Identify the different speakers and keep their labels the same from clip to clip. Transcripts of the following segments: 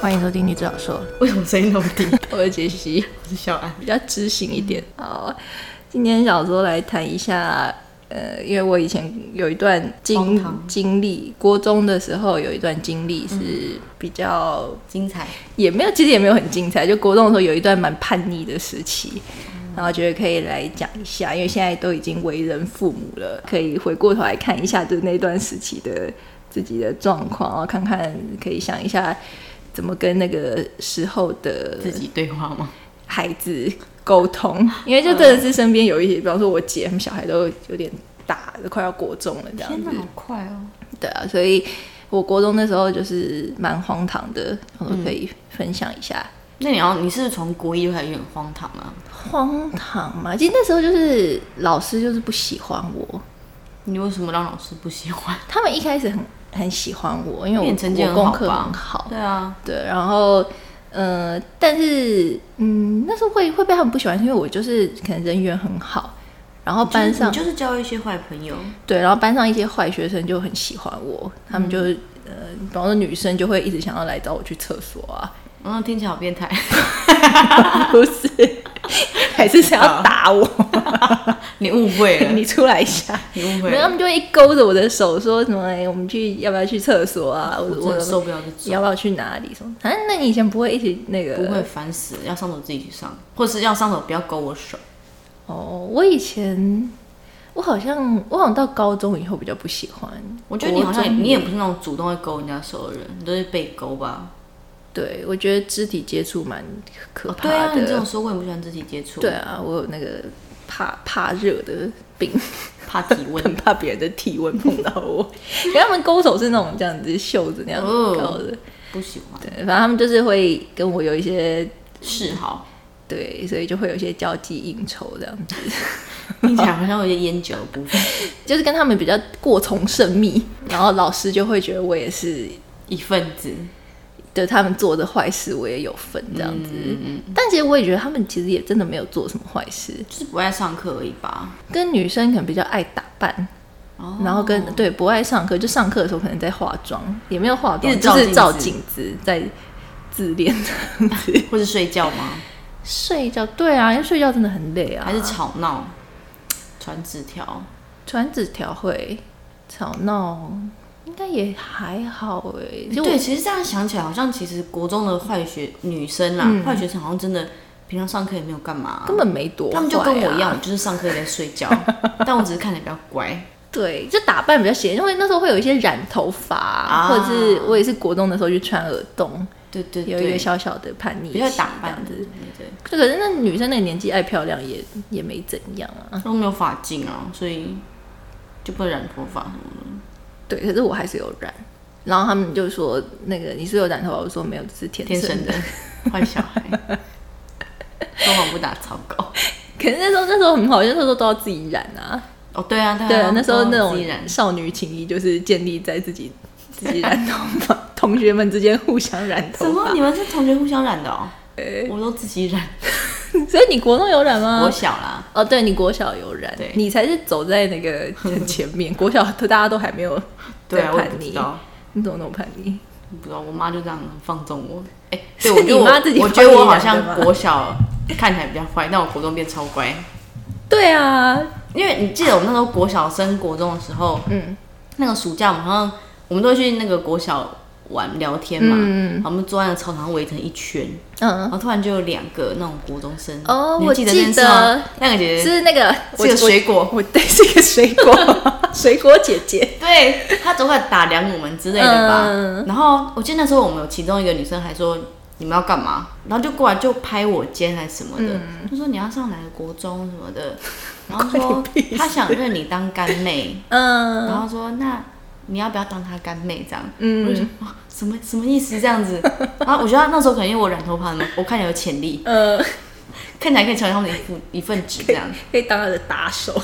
Speaker 1: 欢迎收听《你最好说》，
Speaker 2: 为什么声音那么低？ 啊
Speaker 1: 我是杰西，
Speaker 2: 我是小安。
Speaker 1: 比较知性一点。嗯好，今天想说来谈一下，呃，因为我以前有一段
Speaker 2: 荒
Speaker 1: 经
Speaker 2: 唐
Speaker 1: 经历，国中的时候有一段经历是比较、
Speaker 2: 精彩，
Speaker 1: 也没有，其实也没有很精彩，就国中的时候有一段蛮叛逆的时期。然后觉得可以来讲一下，因为现在都已经为人父母了，可以回过头来看一下，就是那段时期的自己的状况，然后看看可以想一下怎么跟那个时候的
Speaker 2: 自己对话吗？
Speaker 1: 孩子沟通，因为就真的是身边有一些，比方说我姐他们小孩都有点大，都快要国中了这样子，
Speaker 2: 快哦！
Speaker 1: 对啊，所以我国中那时候就是蛮荒唐的，我都可以分享一下、
Speaker 2: 那你要你是不是从国一就开始有点荒唐啊？
Speaker 1: 荒唐嘛。其实那时候就是老师就是不喜欢我，
Speaker 2: 你为什么让老师不喜欢？
Speaker 1: 他们一开始很很喜欢我，因为
Speaker 2: 因为
Speaker 1: 我
Speaker 2: 你成绩
Speaker 1: 我
Speaker 2: 很好
Speaker 1: 功
Speaker 2: 吧
Speaker 1: 课很好，
Speaker 2: 对啊，
Speaker 1: 对，然后呃，但是嗯，那时候会会被他们不喜欢，是因为我就是可能人缘很好，然后班上
Speaker 2: 你就是交一些坏朋友，
Speaker 1: 对，然后班上一些坏学生就很喜欢我，他们
Speaker 2: 嗯
Speaker 1: 就是、呃，比方说女生就会一直想要来找我去厕所啊，
Speaker 2: 嗯，听起来好变态，
Speaker 1: 不是，还是想
Speaker 2: 啊
Speaker 1: 要打我，
Speaker 2: 你误会 了，
Speaker 1: 你出来一下。
Speaker 2: 你误会
Speaker 1: 没有，他
Speaker 2: 了，
Speaker 1: 们就会勾着我的手说什么、哎，我们去要不要去厕所啊？我
Speaker 2: 我真
Speaker 1: 我
Speaker 2: 的受不了这种，
Speaker 1: 要不要去哪里？什么？反正那你以前不会一起那个？
Speaker 2: 不会烦死了，要上手自己去上，或是要上手不要勾我手，
Speaker 1: 哦，我以前我好像我好像到高中以后比较不喜欢。
Speaker 2: 我觉得你好像
Speaker 1: 国
Speaker 2: 也
Speaker 1: 中
Speaker 2: 你也不是那种主动会勾人家手的人，你都是被勾吧？
Speaker 1: 对，我觉得肢体接触蛮可
Speaker 2: 哦，
Speaker 1: 怕
Speaker 2: 对
Speaker 1: 的。
Speaker 2: 啊，你这种说过你不喜欢肢体接触，
Speaker 1: 对，啊，我有那个怕怕热的病，
Speaker 2: 怕体温
Speaker 1: 很怕别人的体温碰到我。 因为他们勾手是那种这样子袖子那样子
Speaker 2: 哦
Speaker 1: 勾的，
Speaker 2: 不喜欢，
Speaker 1: 对，反正他们就是会跟我有一些
Speaker 2: 示 好。
Speaker 1: 对，所以就会有一些交际应酬这样子，
Speaker 2: 听起来好像有些烟酒的部分，
Speaker 1: 就是跟他们比较过从甚密，然后老师就会觉得我也是
Speaker 2: 一份 子。
Speaker 1: 对他们做的坏事我也有份这样子。但其实我也觉得他们其实也真的没有做什么坏事，
Speaker 2: 就是不爱上课而已吧。
Speaker 1: 跟女生可能比较爱打扮，
Speaker 2: 哦
Speaker 1: 然后跟对不爱上课，就上课的时候可能在化妆，也没有化妆，
Speaker 2: 一直
Speaker 1: 就
Speaker 2: 照
Speaker 1: 是照
Speaker 2: 镜
Speaker 1: 镜子在自恋这样子。
Speaker 2: 或是睡觉吗？
Speaker 1: 睡觉对啊，因为睡觉真的很累啊，
Speaker 2: 还是吵闹、传纸条？
Speaker 1: 传纸条会吵闹，应该也还好哎、欸。就我
Speaker 2: 对，其实这样想起来，好像其实国中的坏学女生啦，坏、学生好像真的平常上课也没有干嘛、
Speaker 1: 嗯根本没多、啊，
Speaker 2: 他们就跟我一样，就是上课也在睡 觉，但我只是看起来比较乖。
Speaker 1: 对，就打扮比较显，因为那时候会有一些染头发、啊
Speaker 2: 啊
Speaker 1: 或者是我也是国中的时候去穿耳洞，
Speaker 2: 对对
Speaker 1: 有一个
Speaker 2: 对，
Speaker 1: 小小的嗯叛逆期，
Speaker 2: 比较打扮
Speaker 1: 这
Speaker 2: 的
Speaker 1: 样子。，
Speaker 2: 对对。
Speaker 1: 可是那女生那个年纪爱漂亮也也没怎样啊。
Speaker 2: 都没有发镜啊，所以就不能染头发什么的。
Speaker 1: 对，可是我还是有染。然后他们就说那个你是不是有染头发，我说没有，这是天
Speaker 2: 天
Speaker 1: 生
Speaker 2: 生
Speaker 1: 的。
Speaker 2: 的坏小孩，说谎不打草稿。
Speaker 1: 可是那时候那时候很好，那时候都要自己染啊。
Speaker 2: 哦，对啊，对啊，
Speaker 1: 对啊，那时候那
Speaker 2: 自己染
Speaker 1: 种少女情谊就是建立在自己自己染头发，同学们之间互相染
Speaker 2: 什
Speaker 1: 头
Speaker 2: 么？
Speaker 1: 发。
Speaker 2: 你们是同学互相染的哦？我都自己染，
Speaker 1: 所以你国中有染吗？
Speaker 2: 我小啦，
Speaker 1: 哦，对你国小有染
Speaker 2: 对，
Speaker 1: 你才是走在那个很前 面。国小大家都还没有
Speaker 2: 对
Speaker 1: 在
Speaker 2: 啊，我也
Speaker 1: 叛
Speaker 2: 不知
Speaker 1: 逆，
Speaker 2: 道，
Speaker 1: 你怎么那么叛逆？
Speaker 2: 我不知道，我妈就这样放纵我。哎，
Speaker 1: 是
Speaker 2: 对，我觉得
Speaker 1: 你
Speaker 2: 我
Speaker 1: 妈自己
Speaker 2: 我觉得我
Speaker 1: 放你
Speaker 2: 好
Speaker 1: 染
Speaker 2: 像
Speaker 1: 的吗
Speaker 2: 国小看起来比较坏，但我国中变超乖。
Speaker 1: 对啊，
Speaker 2: 因为你记得我们那时候国小升国中的时候，
Speaker 1: 嗯，
Speaker 2: 那个暑假我们好像我们都会去那个国小玩聊天嘛，然后我们坐在那个操场围成一圈，然
Speaker 1: 嗯，
Speaker 2: 后突然就有两个那种国中生，
Speaker 1: 哦
Speaker 2: 你还记得
Speaker 1: 我记
Speaker 2: 这件事吗
Speaker 1: 得？
Speaker 2: 那个姐
Speaker 1: 嗯
Speaker 2: 姐
Speaker 1: 是那个
Speaker 2: 是个水果，
Speaker 1: 我我 对是一个水果， 水果姐姐。
Speaker 2: 对他总会打量我们之类的吧。
Speaker 1: 嗯
Speaker 2: 然后我记得那时候我们有其中一个女生还说你们要干嘛，然后就过来就拍我肩还是什么的，就说你要上哪个国中什 么的，然后
Speaker 1: 嗯关
Speaker 2: 说
Speaker 1: 你屁事
Speaker 2: 他想认你当 干妹，
Speaker 1: 嗯，
Speaker 2: 然后说那你要不要当他干妹这样？
Speaker 1: 嗯
Speaker 2: 嗯，我就说哇什么什么意思这样子？然后我觉得那时候可能因为我染头发嘛，我看起来有潜力，
Speaker 1: 呃，
Speaker 2: 看起来可以成为他们的一份一份子这样。
Speaker 1: 可以当他的打手。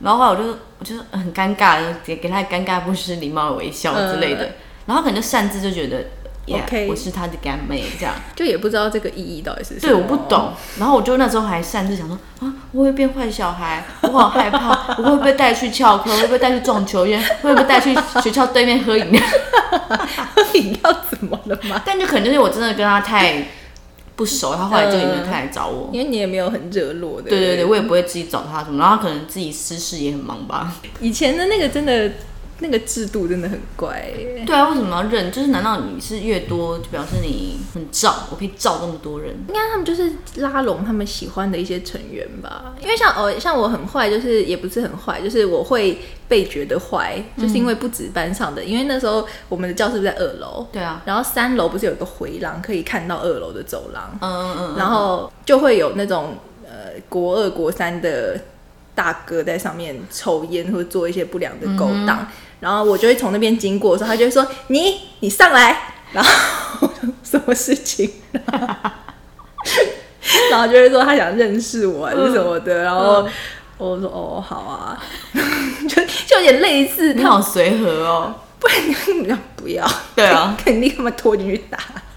Speaker 2: 然后后来我就我就很尴尬，给给他尴尬不失礼貌的微笑之类的，然后可能就擅自就觉得。Yeah,
Speaker 1: 嗯 OK
Speaker 2: 我是他的干妹，这样
Speaker 1: 就也不知道这个意义到底是什哦
Speaker 2: 对
Speaker 1: 么。
Speaker 2: 我不懂，然后我就那时候还擅自想说啊，我会变坏小孩，我好害怕，我会不会带去翘课，会不会带去撞球员，会不会带去学校对面喝饮料？
Speaker 1: 饮料怎么了吗？
Speaker 2: 但就可能就是我真的跟他太不熟，他后来就也没
Speaker 1: 嗯
Speaker 2: 有太来找我。
Speaker 1: 因为你也没有很热络的。
Speaker 2: 对对对，我也不会自己找他什么，然后他可能自己私事也很忙吧。
Speaker 1: 以前的那个真的，那个制度真的很怪耶、
Speaker 2: 对啊，为什么要认？就是难道你是越多，就表示你很照？我可以照那么多人？
Speaker 1: 应该他们就是拉拢他们喜欢的一些成员吧，因为像哦，像我很坏，就是也不是很坏，就是我会被觉得坏，就是因为不止班上的，因为那时候我们的教室在二楼，
Speaker 2: 对啊，
Speaker 1: 然后三楼不是有个回廊可以看到二楼的走廊，
Speaker 2: 嗯嗯嗯，
Speaker 1: 然后就会有那种呃国二国三的大哥在上面抽烟或者做一些不良的勾当，然后我就会从那边经过的时候，他就会说你你上来，然后什么事情、 然后就会说他想认识我还是什么的，然后我说哦好啊， 就就有点类似
Speaker 2: 你
Speaker 1: 那种，
Speaker 2: 好随和哦。
Speaker 1: 不然你要不要？
Speaker 2: 对啊，
Speaker 1: 肯定他妈拖进去打。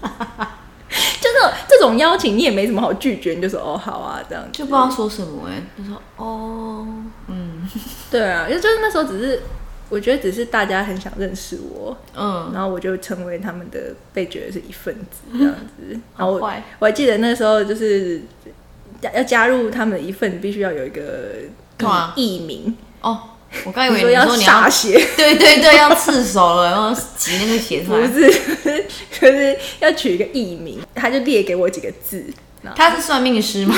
Speaker 1: 就这种这种邀请，你也没什么好拒绝，你就说哦好啊这样子。
Speaker 2: 就不知道说什么哎、就说哦，嗯
Speaker 1: 对啊，因为就是那时候只是，我觉得只是大家很想认识我，
Speaker 2: 嗯，
Speaker 1: 然后我就成为他们的被觉得是一份 子这样子。然后
Speaker 2: 好
Speaker 1: 我
Speaker 2: 坏
Speaker 1: 我还记得那时候就是要要加入他们的一份，必须要有一个
Speaker 2: 干嘛
Speaker 1: 艺名，
Speaker 2: 哦，我刚以为
Speaker 1: 你说
Speaker 2: 你
Speaker 1: 要
Speaker 2: 说你
Speaker 1: 歃
Speaker 2: 要，
Speaker 1: 血，
Speaker 2: 对对对，要刺手了，然后挤那个血出
Speaker 1: 不
Speaker 2: 来。
Speaker 1: 是， 就是要取一个艺名，他就列给我几个字。然后
Speaker 2: 他是算命师吗？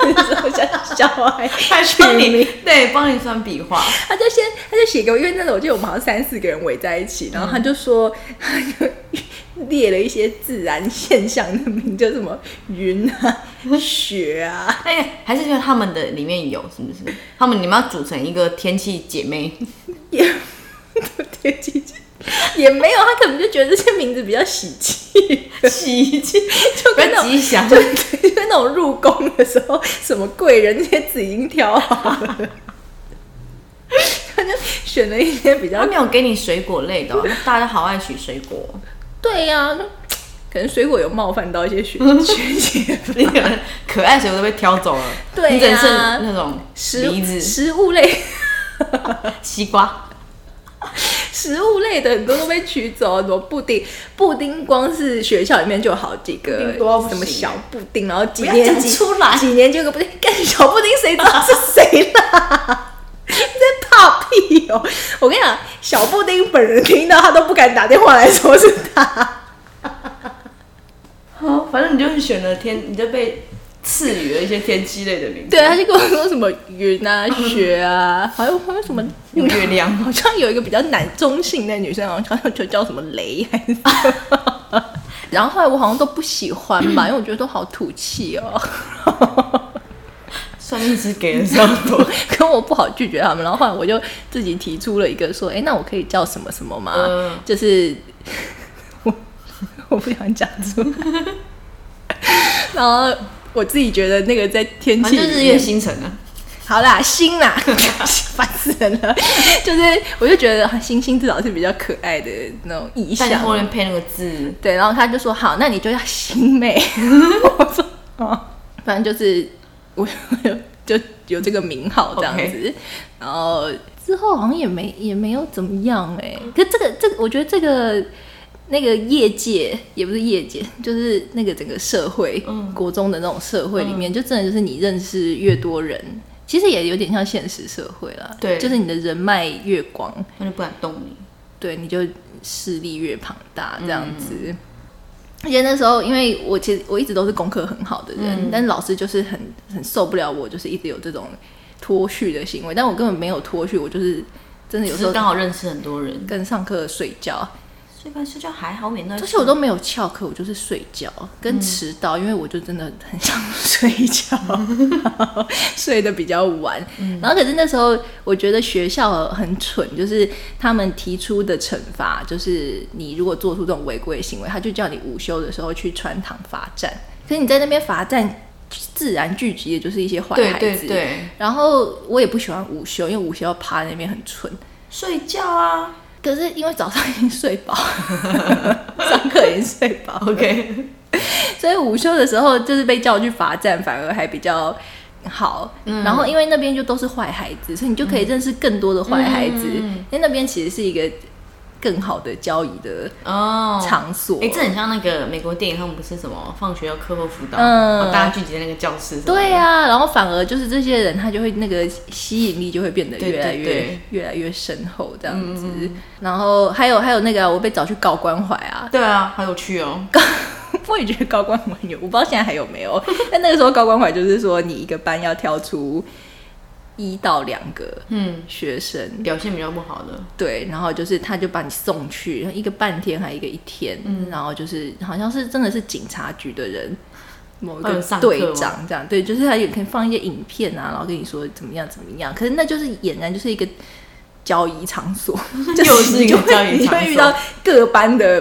Speaker 1: 我想小孩
Speaker 2: 还
Speaker 1: 取
Speaker 2: 帮你
Speaker 1: 名，
Speaker 2: 对，帮你算笔画。
Speaker 1: 他就先他就写给我，因为那时候我记得我们好像三四个人围在一起，然后他就说、他就列了一些自然现象的名，叫什么云啊、雪啊，
Speaker 2: 哎，还是因为他们的里面有是不是？他们你们要组成一个天气姐妹，
Speaker 1: 也天气也没有，他可能就觉得这些名字比较喜气，
Speaker 2: 洗衣机
Speaker 1: 就
Speaker 2: 不
Speaker 1: 跟那
Speaker 2: 是
Speaker 1: 种。
Speaker 2: 吉祥
Speaker 1: 就。就跟那种入宫的时候，什么贵人这些字已经挑好了，他就选了一些比较
Speaker 2: 他没有给你水果类 的哦、大家好爱取水果。
Speaker 1: 对呀、那 可能水果有冒犯到一些 学学姐。
Speaker 2: 你可能可爱水果都被挑走了，
Speaker 1: 对呀
Speaker 2: 你只能剩那种
Speaker 1: 食
Speaker 2: 梨子、
Speaker 1: 食物类
Speaker 2: 西瓜。
Speaker 1: 食物类的很多都被取走，什么布丁，布丁光是学校里面就有好几
Speaker 2: 布
Speaker 1: 个
Speaker 2: 丁多到不行
Speaker 1: 什么小布丁，然后几
Speaker 2: 不要
Speaker 1: 年
Speaker 2: 讲
Speaker 1: 级
Speaker 2: 出来
Speaker 1: 几年级有个布丁，干小布丁谁知道是谁啦？ 你在怕屁哦！我跟你讲，小布丁本人听到他都不敢打电话来说是他，
Speaker 2: 好，反正你就是选了天，你就被赐予了一些天气类的名字，
Speaker 1: 对，他就跟我说什么云啊、雪啊， 还有还有什么
Speaker 2: 有月亮。
Speaker 1: 好像有一个比较男中性的女生，好像就叫什么雷还是什么然后后来我好像都不喜欢 吧，因为我觉得都好土气哦，
Speaker 2: 算命师给的时候多。
Speaker 1: 跟我不好拒绝他们。然后后来我就自己提出了一个说，哎，那我可以叫什么什么吗？
Speaker 2: 嗯
Speaker 1: 就是 我我不想讲出来。 然后我自己觉得那个在天
Speaker 2: 反
Speaker 1: 气
Speaker 2: 正就
Speaker 1: 里
Speaker 2: 日
Speaker 1: 面
Speaker 2: 月星辰啊，
Speaker 1: 好啦，星啦， 烦死人了。就是我就觉得啊星星至少是比较可爱的那种意
Speaker 2: 但你
Speaker 1: 象。啊
Speaker 2: 后面配那个字，
Speaker 1: 对，然后他就说好，那你就叫星妹。 我说哦，反正就是我就有这个名号这样子
Speaker 2: OK
Speaker 1: 然后之后好像也没也没有怎么样哎、可这个这个，我觉得这个那个业界也不是业界，就是那个整个社会，
Speaker 2: 嗯
Speaker 1: 国中的那种社会里面，就真的就是你认识越多人。其实也有点像现实社会啦，
Speaker 2: 对
Speaker 1: 就是你的人脉越广，
Speaker 2: 他就不敢动你。
Speaker 1: 对，你就势力越庞大这样子。而且那时候，因为我其实我一直都是功课很好的人，但老师就是很很受不了我，就是一直有这种脱序的行为。但我根本没有脱序，我就是真的有
Speaker 2: 只
Speaker 1: 时
Speaker 2: 是
Speaker 1: 候
Speaker 2: 刚好认识很多人，
Speaker 1: 跟上课睡觉，
Speaker 2: 所以反正睡觉还好，每段
Speaker 1: 而且我都没有翘课，我就是睡觉
Speaker 2: 嗯
Speaker 1: 跟迟到，因为我就真的很想 睡觉，睡得比较晚。
Speaker 2: 嗯
Speaker 1: 然后可是那时候我觉得学校很蠢，就是他们提出的惩罚，就是你如果做出这种违规行为，他就叫你午休的时候去穿堂罚站。可是你在那边罚站，自然聚集的就是一些坏
Speaker 2: 对
Speaker 1: 孩
Speaker 2: 对
Speaker 1: 子。
Speaker 2: 对，
Speaker 1: 然后我也不喜欢午休，因为午休要趴在那边很蠢。
Speaker 2: 睡觉 啊。
Speaker 1: 可是因为早上已经睡饱， 上课已经睡饱，
Speaker 2: OK，
Speaker 1: 所以午休的时候就是被叫去罚站，反而还比较好，
Speaker 2: 嗯
Speaker 1: 然后因为那边就都是坏孩子，所以你就可以认识更多的坏孩子。
Speaker 2: 嗯
Speaker 1: 因为那边其实是一个更好的交易的
Speaker 2: 哦，
Speaker 1: 场所。
Speaker 2: 哎、这很像那个美国电影，他们不是什么放学要课后辅导，
Speaker 1: 嗯
Speaker 2: 哦大家聚集在那个教室什么的，
Speaker 1: 对啊，然后反而就是这些人，他就会那个吸引力就会变得
Speaker 2: 对
Speaker 1: 越来越
Speaker 2: 对对嗯
Speaker 1: 越来越深厚这样子。然后还有还有那个啊、我被找去搞关怀啊，
Speaker 2: 对啊，好有趣哦。
Speaker 1: 我也觉得高关怀有，我不知道现在还有没有。但那个时候高关怀就是说，你一个班要挑出一到两个
Speaker 2: 嗯，
Speaker 1: 学生，
Speaker 2: 表现比较不好的，
Speaker 1: 对，然后就是他就把你送去，一个半天还一个一天，
Speaker 2: 嗯
Speaker 1: 然后就是好像是真的是警察局的人。某一
Speaker 2: 他
Speaker 1: 个
Speaker 2: 有呃上课
Speaker 1: 队
Speaker 2: 吗
Speaker 1: 长这样，对，就是他也可以放一些影片啊，然后跟你说怎么样怎么样。可是那就是俨然就是一个交易场 所，就
Speaker 2: 又是一个
Speaker 1: 你就会
Speaker 2: 交易
Speaker 1: 你
Speaker 2: 场
Speaker 1: 会遇
Speaker 2: 所
Speaker 1: 到各班的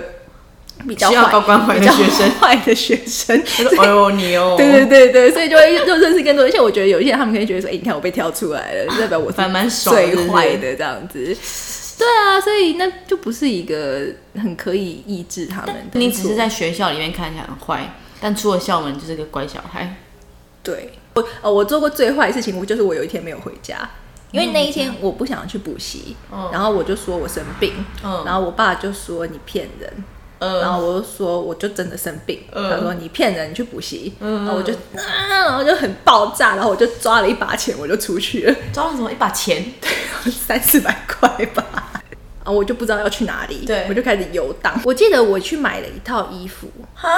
Speaker 1: 比较
Speaker 2: 需要
Speaker 1: 坏
Speaker 2: 高关怀的
Speaker 1: 比较
Speaker 2: 学生
Speaker 1: 坏的学生，
Speaker 2: 就是哎呦你 哦，
Speaker 1: 对对对对，所以就会就认识更多。而且我觉得有一些人他们可能觉得说，哎、你看我被挑出来了，代表我是
Speaker 2: 反蛮爽的
Speaker 1: 最坏的这样子。对啊，所以那就不是一个很可以抑制他们的。
Speaker 2: 你只是在学校里面看起来很坏，但出了校门就是个乖小孩。
Speaker 1: 对我哦，我做过最坏的事情，我就是我有一天没有回家。因为那一天我不想去补习，
Speaker 2: 嗯
Speaker 1: 然后我就说我生病，
Speaker 2: 嗯
Speaker 1: 然后我爸就说你骗人，然后我就说我就真的生病，
Speaker 2: 嗯
Speaker 1: 他说你骗人，你去补习，
Speaker 2: 嗯
Speaker 1: 然后我就啊，然后就很爆炸，然后我就抓了一把钱，我就出去了，
Speaker 2: 抓了什么一把钱？
Speaker 1: 三四百块吧。啊，我就不知道要去哪里，
Speaker 2: 对
Speaker 1: 我就开始游荡。我记得我去买了一套衣服，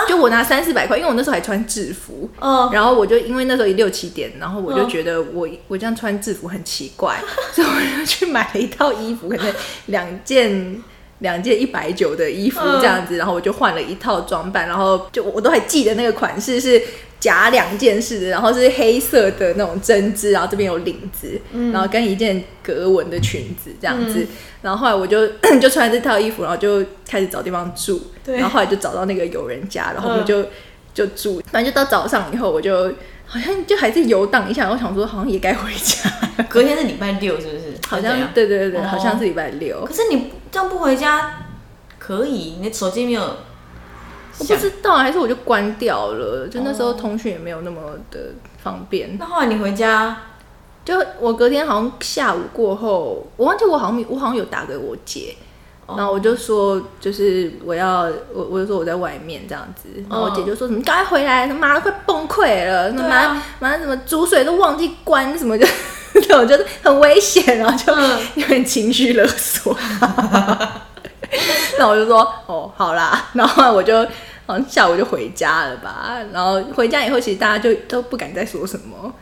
Speaker 1: 就我拿三四百块，因为我那时候还穿制服，
Speaker 2: 嗯
Speaker 1: 然后我就因为那时候一六七点，然后我就
Speaker 2: 嗯
Speaker 1: 觉得我、我这样穿制服很奇怪， 所以我就去买了一套衣服，可能两件。两件一百九的衣服
Speaker 2: 嗯
Speaker 1: 这样子，然后我就换了一套装扮，然后就我都还记得那个款式是夹两件式的，然后是黑色的那种针织，然后这边有领子，
Speaker 2: 嗯
Speaker 1: 然后跟一件格纹的裙子这样子，然后后来我就 就穿这套衣服，然后就开始找地方住，
Speaker 2: 对
Speaker 1: 然后后来就找到那个友人家，然后我们
Speaker 2: 嗯
Speaker 1: 就、就住，反正就到早上以后，我就好像就还是游荡一下，我想说好像也该回家，
Speaker 2: 隔天是礼拜六是不 是？
Speaker 1: 好
Speaker 2: 还是怎
Speaker 1: 像
Speaker 2: 样
Speaker 1: 对对对对，
Speaker 2: 哦
Speaker 1: 好像是礼拜六
Speaker 2: 可，是你这样不回家可以，你的手机没有
Speaker 1: 我不
Speaker 2: 响。
Speaker 1: 知道还是我就关掉了，就那时候通讯也没有那么的方便。
Speaker 2: 那后来你回家，
Speaker 1: 就我隔天好像下午过后，我忘记我好像我好像有打给我姐，
Speaker 2: 哦
Speaker 1: 然后我就说就是我要我我就说我在外面这样子，
Speaker 2: 哦
Speaker 1: 然后我姐就说什么赶快回来，他妈的快崩溃了，他
Speaker 2: 对
Speaker 1: 妈
Speaker 2: 啊
Speaker 1: 妈什么煮水都忘记关什么就。 那种就是很危险，然后就
Speaker 2: 嗯
Speaker 1: 有点情绪勒索。那我就说哦，好啦，然后后来我就好像下午就回家了吧。然后回家以后，其实大家就都不敢再说什么，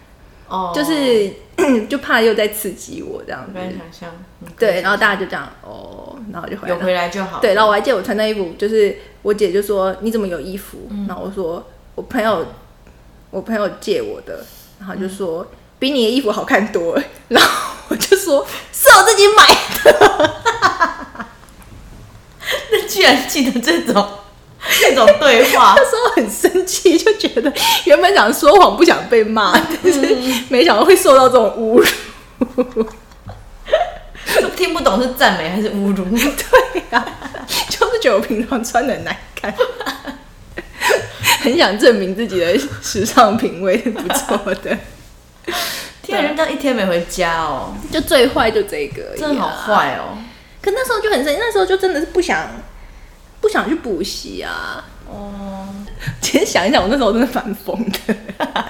Speaker 2: 哦，
Speaker 1: 就是 就怕又在刺激我这样子。
Speaker 2: 不敢想象，嗯
Speaker 1: 对，然后大家就这样哦，然后就回来
Speaker 2: 有
Speaker 1: 了。
Speaker 2: 回来就好。
Speaker 1: 对，然后我还记得我穿那衣服，就是我姐就说你怎么有衣服？然后我说我朋友我朋友借我的，然后就说、比你的衣服好看多了。 然后我就说是我自己买的，
Speaker 2: 那居然记得这种 这种对话
Speaker 1: 那，时候很生气，就觉得原本想说谎不想被骂，但是没想到会受到这种侮辱。
Speaker 2: 就听不懂是赞美还是侮辱。
Speaker 1: 对呀、 就是觉得我平常穿的难看， 很想证明自己的时尚品味是不错的。
Speaker 2: 天啊，人家一天没回家哦，
Speaker 1: 就最坏就这个而已啊、
Speaker 2: 真的好坏哦。
Speaker 1: 可那时候就很生气，那时候就真的是不想不想去补习啊。
Speaker 2: 哦，
Speaker 1: 其实想一想，我那时候真的蛮疯的。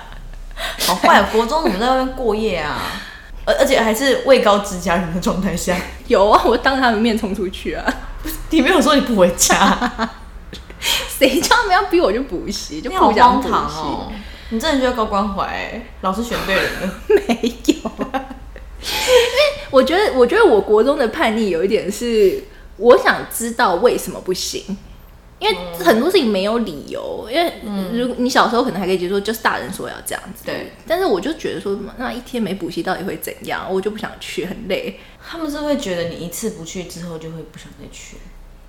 Speaker 2: 好坏哦！国中怎么在外面过夜啊？而而且还是位高知家人的状态下，
Speaker 1: 有啊，我当他们面冲出去啊，
Speaker 2: 你没有说你不回家，
Speaker 1: 谁叫他们要逼我去补习，就
Speaker 2: 你好
Speaker 1: 不想
Speaker 2: 荒
Speaker 1: 补
Speaker 2: 唐
Speaker 1: 习。
Speaker 2: 哦！你真的需要高关怀、欸，老师选对人了。
Speaker 1: 没有，因为我觉得，我觉得我国中的叛逆有一点是，我想知道为什么不行，因为很多事情没有理由。因为如果你小时候可能还可以接受，就是大人说要这样子，
Speaker 2: 对。
Speaker 1: 但是我就觉得说，那一天没补习到底会怎样？我就不想去，很累。
Speaker 2: 他们是会觉得你一次不去之后就会不想再去，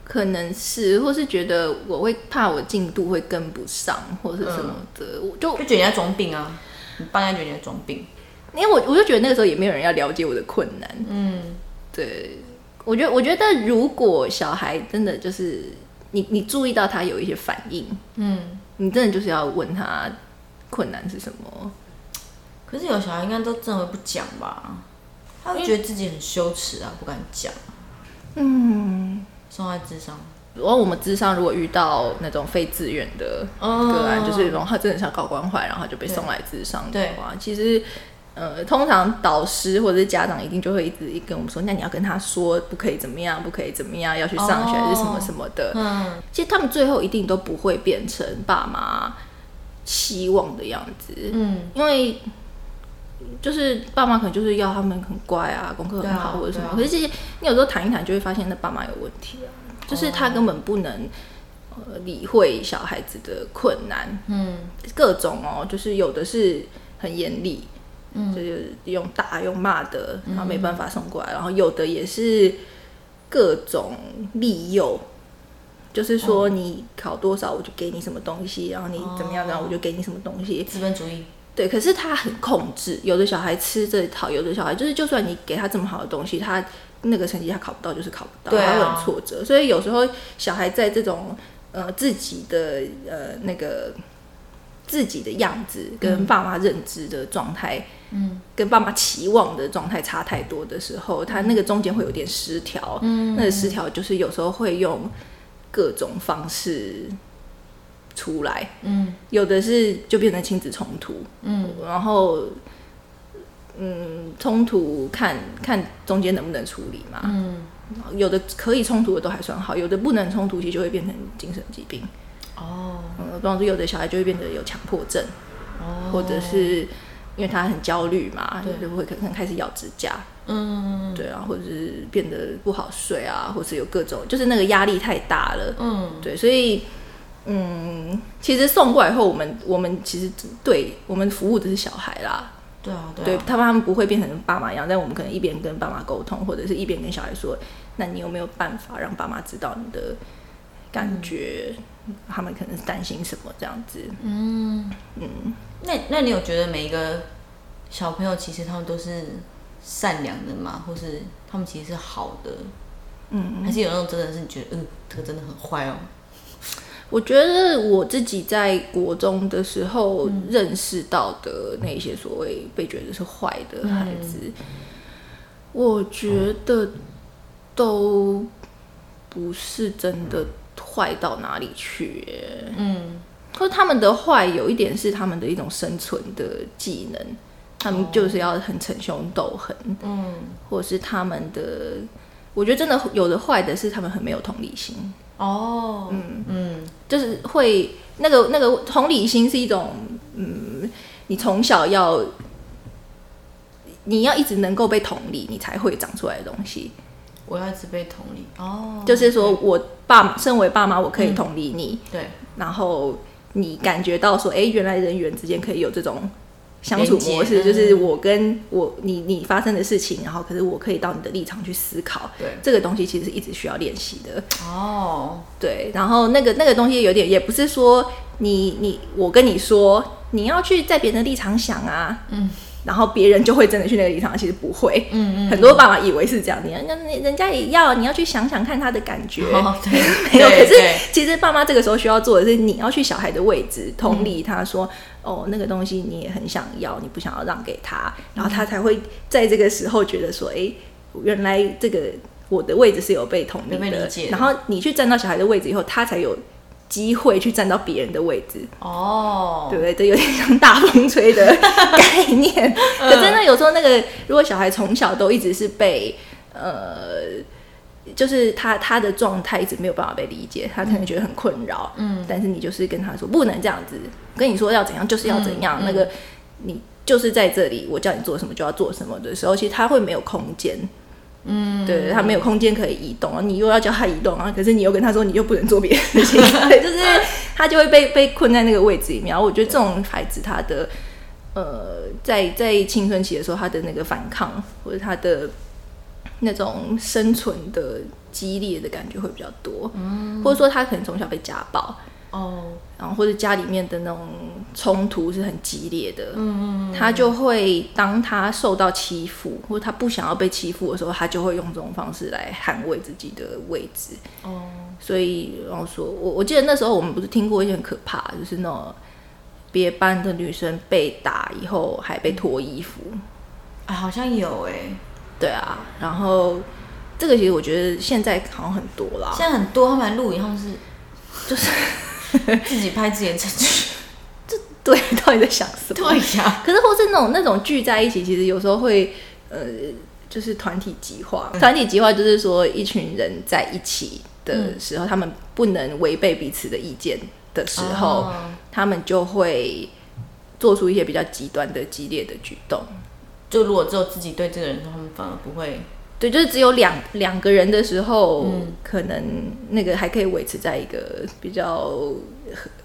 Speaker 1: 可能是，或是觉得我会怕我进度会跟不上，或是什么的，我就
Speaker 2: 就觉得你在装病啊，你爸妈觉得你在装病。
Speaker 1: 因为我我就觉得那个时候也没有人要了解我的困难，
Speaker 2: 嗯，
Speaker 1: 对，我觉得我觉得如果小孩真的就是你你注意到他有一些反应，
Speaker 2: 嗯，
Speaker 1: 你真的就是要问他困难是什么，
Speaker 2: 可是有小孩应该都真的会不讲吧？他会觉得自己很羞耻啊，不敢讲。啊
Speaker 1: 嗯，
Speaker 2: 送在智商，
Speaker 1: 如果我们智商如果遇到那种非自愿的个案，
Speaker 2: 哦
Speaker 1: 就是啊然后他真的想搞关怀，然后他就被送来智商的
Speaker 2: 对
Speaker 1: 话，其实。呃，通常导师或者是家长一定就会一直跟我们说，那你要跟他说不可以怎么样，不可以怎么样，要去上学还是什么什么的。
Speaker 2: 嗯，
Speaker 1: 其实他们最后一定都不会变成爸妈期望的样子，
Speaker 2: 嗯，
Speaker 1: 因为就是爸妈可能就是要他们很乖啊，功课很好
Speaker 2: 对啊
Speaker 1: 或者什么。
Speaker 2: 对啊哦
Speaker 1: 可是这些你有时候谈一谈，就会发现那爸妈有问题啊，就是他根本不能。呃，理会小孩子的困难，
Speaker 2: 嗯，
Speaker 1: 各种哦，就是有的是很严厉，嗯，就是用打用骂的，
Speaker 2: 嗯
Speaker 1: 然后没办法送过来，然后有的也是各种利诱，就是
Speaker 2: 哦
Speaker 1: 说你考多少我就给你什么东西，然后你怎么样，然后我就给你什么东西，
Speaker 2: 资本主义，
Speaker 1: 对，可是他很控制，有的小孩吃这一套，有的小孩就是，就算你给他这么好的东西，他那个成绩他考不到就是考不到，
Speaker 2: 对啊
Speaker 1: 他会很挫折。所以有时候小孩在这种呃自己的呃那个自己的样子跟爸妈认知的状态，
Speaker 2: 嗯，
Speaker 1: 跟爸妈期望的状态差太多的时候，他那个中间会有点失调。嗯，那个失调就是有时候会用各种方式出来。
Speaker 2: 嗯，
Speaker 1: 有的是就变成亲子冲突，
Speaker 2: 嗯，
Speaker 1: 然后嗯，冲突看看中间能不能处理嘛，
Speaker 2: 嗯，
Speaker 1: 有的可以冲突的都还算好，有的不能冲突，其实就会变成精神疾病，
Speaker 2: 哦，
Speaker 1: 嗯，比方说有的小孩就会变得有强迫症，
Speaker 2: 哦，
Speaker 1: 或者是因为他很焦虑嘛，
Speaker 2: 对
Speaker 1: 就会可能开始咬指甲，
Speaker 2: 嗯，
Speaker 1: 对啊，或者是变得不好睡啊，或是有各种，就是那个压力太大了，
Speaker 2: 嗯，
Speaker 1: 对，所以嗯，其实送过来后，我们我们其实对我们服务的是小孩啦，
Speaker 2: 对啊，
Speaker 1: 对
Speaker 2: 对啊，
Speaker 1: 他们他们不会变成爸妈一样，但我们可能一边跟爸妈沟通，或者是一边跟小孩说，那你有没有办法让爸妈知道你的感觉？
Speaker 2: 嗯
Speaker 1: 他们可能是担心什么这样子，
Speaker 2: 那那你有觉得每一个小朋友其实他们都是善良的吗？或是他们其实是好的？嗯，还是有那种真的是你觉得，嗯，这个真的很坏哦。
Speaker 1: 我觉得我自己在国中的时候认识到的那一些所谓被觉得是坏的孩子，我觉得都不是真的坏到哪里去耶、
Speaker 2: 嗯，
Speaker 1: 可是他们的坏有一点是他们的一种生存的技能，他们就是要很逞凶斗狠，
Speaker 2: 嗯，
Speaker 1: 或者是他们的，我觉得真的有的坏的是他们很没有同理心，
Speaker 2: 哦，嗯嗯，
Speaker 1: 就是会那个那个同理心是一种，嗯，你从小要，你要一直能够被同理，你才会长出来的东西。
Speaker 2: 我要一直被同理。哦，
Speaker 1: 就是说我爸身为爸妈，我可以同理你，
Speaker 2: 对，
Speaker 1: 然后你感觉到说，哎、原来人与人之间可以有这种。相处模式
Speaker 2: 连接
Speaker 1: 就
Speaker 2: 嗯
Speaker 1: 是我跟我你你发生的事情，然后可是我可以到你的立场去思考，
Speaker 2: 对
Speaker 1: 这个东西其实是一直需要练习的。
Speaker 2: 哦，
Speaker 1: 对，然后那个那个东西有点，也不是说你你我跟你说你要去在别人的立场想啊，
Speaker 2: 嗯，
Speaker 1: 然后别人就会真的去那个立场，其实不会。
Speaker 2: 嗯嗯，
Speaker 1: 很多爸妈以为是这样，你要那那人家也要，你要去想想看他的感 觉。，
Speaker 2: 哦，对
Speaker 1: 没有，可
Speaker 2: 对
Speaker 1: 是
Speaker 2: 对
Speaker 1: 其实爸妈这个时候需要做的是，你要去小孩的位置，同
Speaker 2: 嗯
Speaker 1: 理他说，哦，那个东西你也很想要，你不想要让给他，
Speaker 2: 嗯
Speaker 1: 然后他才会在这个时候觉得说，诶，原来这个我的位置是有被同理
Speaker 2: 有被
Speaker 1: 的，
Speaker 2: 理解的
Speaker 1: 然后你去站到小孩的位置以后，他才有。机会去站到别人的位置，
Speaker 2: 哦，
Speaker 1: 对不对？这有点像大风吹 的概念。可
Speaker 2: 嗯
Speaker 1: 真的有时候那个，如果小孩从小都一直是被呃，就是他他的状态一直没有办法被理解，他可能觉得很困扰。
Speaker 2: 嗯，
Speaker 1: 但是你就是跟他说不能这样子，跟你说要怎样就是要怎
Speaker 2: 嗯
Speaker 1: 样，那个你就是在这里，我叫你做什么就要做什么的时候，其实他会没有空间。嗯，对他没有空间可以移动，然后你又要叫他移动，然后可是你又跟他说你又不能做别的事情， 对，嗯就是他就会被被困在那个位置里面。然后我觉得这种孩子他的呃，在在青春期的时候，他的那个反抗或者他的那种生存的激烈的感觉会比较多，嗯，或者说他可能从小被家暴，
Speaker 2: 哦，
Speaker 1: 然后或者家里面的那种冲突是很激烈的，嗯嗯，他就会当他受到欺负或者他不想要被欺负的时候，他就会用这种方式来捍卫自己的位置，
Speaker 2: 哦，
Speaker 1: 所以然后说我我记得那时候我们不是听过一些很可怕，就是那种别班的女生被打以后还被脱衣服，
Speaker 2: 啊，好像有哎、
Speaker 1: 对啊，然后这个其实我觉得现在好像很多啦，
Speaker 2: 现在很多他们还录影，他们是
Speaker 1: 就是
Speaker 2: 自己拍自己的证据。
Speaker 1: 对，到底在想什么？
Speaker 2: 对 呀、
Speaker 1: 可是或是那种那种聚在一起，其实有时候会呃，就是团体极化。
Speaker 2: 嗯
Speaker 1: 团体极化就是说一群人在一起的时候，他们不能违背彼此的意见的时候，
Speaker 2: 哦
Speaker 1: 他们就会做出一些比较极端的、激烈的举动。
Speaker 2: 就如果只有自己对这个人说，他们反而不会。
Speaker 1: 对，就是只有两两个人的时候，
Speaker 2: 嗯
Speaker 1: 可能那个还可以维持在一个比较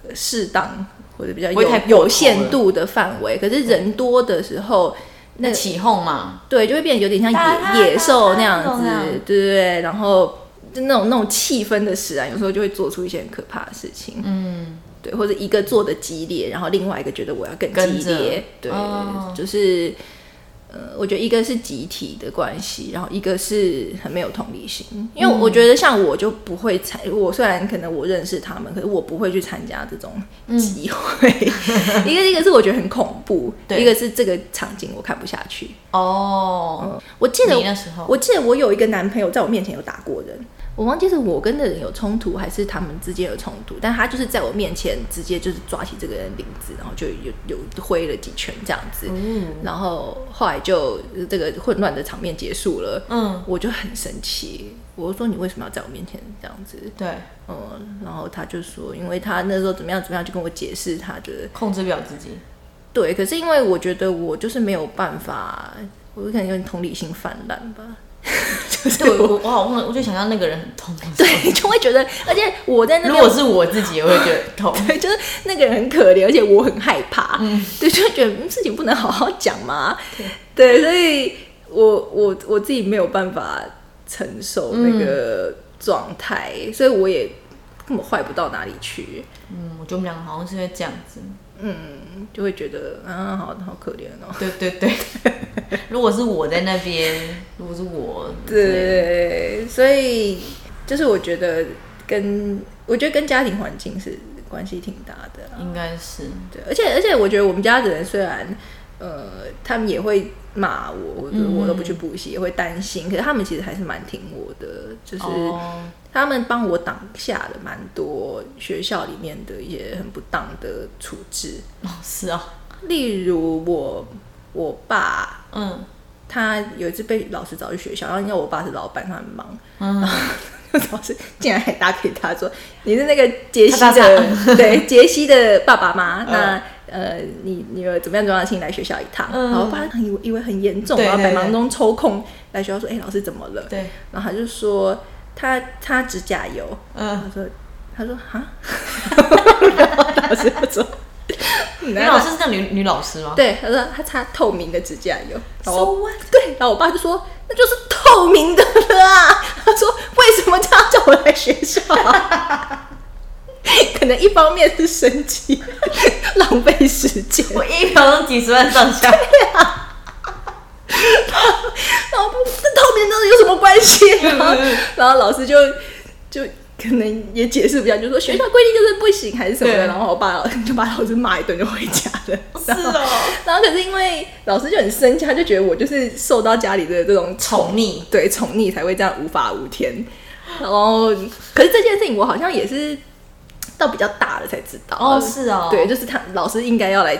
Speaker 1: 呃适当或者比较
Speaker 2: 不会
Speaker 1: 有
Speaker 2: 太过头
Speaker 1: 有限度的范围。可是人多的时候，那
Speaker 2: 那
Speaker 1: 个
Speaker 2: 起哄嘛，
Speaker 1: 对，就会变得有点像
Speaker 2: 大家
Speaker 1: 野野兽那样子
Speaker 2: 那种啊，
Speaker 1: 对对对，然后就那种那种气氛的使然，有时候就会做出一些很可怕的事情，
Speaker 2: 嗯，
Speaker 1: 对，或者一个做的激烈，然后另外一个觉得我要更
Speaker 2: 跟
Speaker 1: 激
Speaker 2: 着
Speaker 1: 烈，对，
Speaker 2: 哦
Speaker 1: 就是呃，我觉得一个是集体的关系，然后一个是很没有同理心，因为我觉得像我就不会参，我虽然可能我认识他们，可是我不会去参加这种集会， 一个一个是我觉得很恐怖，
Speaker 2: 嗯对
Speaker 1: 一个是这个场景我看不下去。
Speaker 2: 哦，
Speaker 1: 我记得
Speaker 2: 你那时候
Speaker 1: 我记得我有一个男朋友在我面前有打过人，我忘记是我跟那人有冲突，还是他们之间有冲突，但他就是在我面前直接就是抓起这个人领子，然后就有有挥了几拳这样子，
Speaker 2: 嗯
Speaker 1: 然后后来就这个混乱的场面结束了，
Speaker 2: 嗯，
Speaker 1: 我就很生气，我就说你为什么要在我面前这样子？
Speaker 2: 对，
Speaker 1: 嗯，然后他就说，因为他那时候怎么样怎么样，就跟我解释他的
Speaker 2: 控制不了 自己，
Speaker 1: 对，可是因为我觉得我就是没有办法，我可能有点同理心泛滥吧， 就是
Speaker 2: 对
Speaker 1: 我
Speaker 2: 我我好忘了，我就想到那个人很痛。
Speaker 1: 对，就会觉得，而且我在那
Speaker 2: 如
Speaker 1: 边
Speaker 2: 果，是我自己，也会觉得痛。
Speaker 1: 对，就是那个人很可怜，而且我很害怕，对，就觉得嗯事情不能好好讲嘛，对，所以我我我自己没有办法承受那个状态，所以我也根本坏不到哪里去，
Speaker 2: 嗯，我觉得我们两个好像是会这样子。
Speaker 1: 嗯，就会觉得啊，好好可怜哦，
Speaker 2: 对对 对，如果是我在那边，如果是我，
Speaker 1: 对，所以就是我觉得跟我觉得跟家庭环境是关系挺大的啦。啊
Speaker 2: 应该是
Speaker 1: 对，而且而且我觉得我们家的人虽然呃，他们也会骂我，我
Speaker 2: 嗯
Speaker 1: 我都不去补习，也会担心，可是他们其实还是蛮挺我的，就是
Speaker 2: 哦，
Speaker 1: 他们帮我挡下了蛮多学校里面的一些很不当的处置，
Speaker 2: 哦是啊，
Speaker 1: 例如我我爸。
Speaker 2: 嗯
Speaker 1: 他有一次被老师找去学校，然后因为我爸是老板，他很忙，
Speaker 2: 嗯，
Speaker 1: 老师竟然还打给他说：“你是那个杰西
Speaker 2: 他打
Speaker 1: 的，对杰西的爸爸
Speaker 2: 嗯
Speaker 1: 吗？那呃，你女儿怎么样怎么样，请你来学校一趟。
Speaker 2: 嗯
Speaker 1: 然后我爸很以为以为很严重，
Speaker 2: 对
Speaker 1: 然后
Speaker 2: 对
Speaker 1: 百
Speaker 2: 对
Speaker 1: 忙中抽空来学校说：‘哎、老师怎么了？’
Speaker 2: 对，
Speaker 1: 然后他就说他擦指甲油，他，
Speaker 2: 嗯
Speaker 1: 说他说哈， 然后老师就说，
Speaker 2: 女
Speaker 1: 然
Speaker 2: 老
Speaker 1: 后
Speaker 2: 师是叫女女老师吗？
Speaker 1: 对他说他擦透明的指甲油，然后
Speaker 2: 哦 So what？
Speaker 1: 对，然后我爸就说那就是透明的了啊。 他说为什么这样叫我来学校、啊 可能一方面是生气，浪费时间。
Speaker 2: 我一秒钟几十万 上下，
Speaker 1: 然后这透明的有什么关系？然后
Speaker 2: 嗯嗯嗯
Speaker 1: 然后老师就就可能也解释不了，就说学校规定就是不行还是什么的。
Speaker 2: 对
Speaker 1: 然后我爸就把老师骂一顿就回家了。
Speaker 2: 是哦，
Speaker 1: 然后可是因为老师就很生气，他就觉得我就是受到家里的这种
Speaker 2: 宠溺，
Speaker 1: 对宠溺才会这样无法无天。然后，可是这件事情我好像也是到比较大了才知道。
Speaker 2: 哦是
Speaker 1: 呃
Speaker 2: 哦
Speaker 1: 对，就是他老师应该要来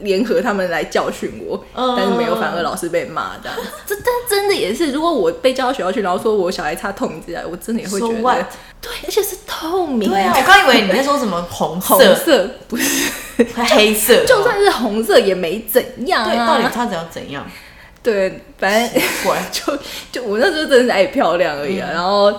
Speaker 1: 联合他们来教训我，
Speaker 2: 嗯
Speaker 1: 但是没有，反而老师被骂这样。 这但真的也是，如果我被叫到学校去，然后说我小孩擦透明指甲，我真的也会
Speaker 2: So
Speaker 1: 觉得
Speaker 2: what？
Speaker 1: 对，而且是透明的，
Speaker 2: 对啊，我刚以为你在说什么红
Speaker 1: 红
Speaker 2: 色、
Speaker 1: 色不是，
Speaker 2: 黑色， 哦
Speaker 1: 就算是红色也没怎样、啊。
Speaker 2: 对，到底他怎样怎样？
Speaker 1: 对，反正。
Speaker 2: 果然，
Speaker 1: 就就我那时候真的是爱漂亮而已
Speaker 2: 嗯
Speaker 1: 啊。然后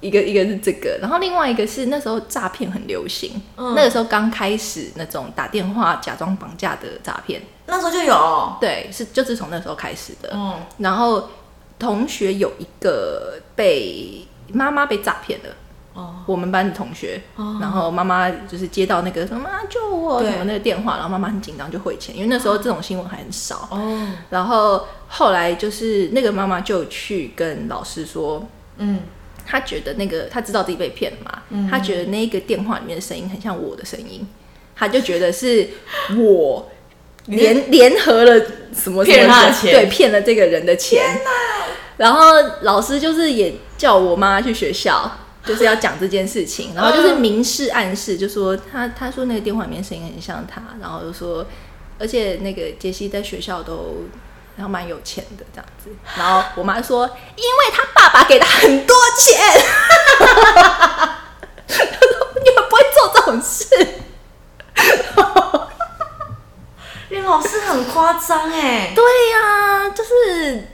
Speaker 1: 一个一个是这个，然后另外一个是那时候诈骗很流行，
Speaker 2: 嗯
Speaker 1: 那个时候刚开始那种打电话假装绑架的诈骗，
Speaker 2: 那时候就有，
Speaker 1: 对，是就是从那时候开始的。
Speaker 2: 嗯，
Speaker 1: 然后同学有一个被妈妈被诈骗了。
Speaker 2: 哦，
Speaker 1: 我们班的同学，
Speaker 2: 哦
Speaker 1: 然后妈妈就是接到那个什么妈救我
Speaker 2: 对
Speaker 1: 什么那个电话，然后妈妈很紧张就汇钱，因为那时候这种新闻还很少。
Speaker 2: 哦，
Speaker 1: 然后后来就是那个妈妈就去跟老师说，
Speaker 2: 嗯，
Speaker 1: 她觉得那个她知道自己被骗了嘛，她觉得那个电话里面的声音很像我的声音，他就觉得是我
Speaker 2: 你是
Speaker 1: 联联合了什么什么
Speaker 2: 骗了他的
Speaker 1: 人
Speaker 2: 钱
Speaker 1: 对，骗了这个人的钱。然后老师就是也叫我妈去学校， 就是要讲这件事情，然后就是明示暗示，就说他他说那个电话里面声音很像他，然后就说，而且那个杰西在学校都。然后蛮有钱的这样子，然后我妈说，因为他爸爸给他很多钱，她说你们不会做这种事，
Speaker 2: 因为老师很夸张哎，
Speaker 1: 对呀、就是，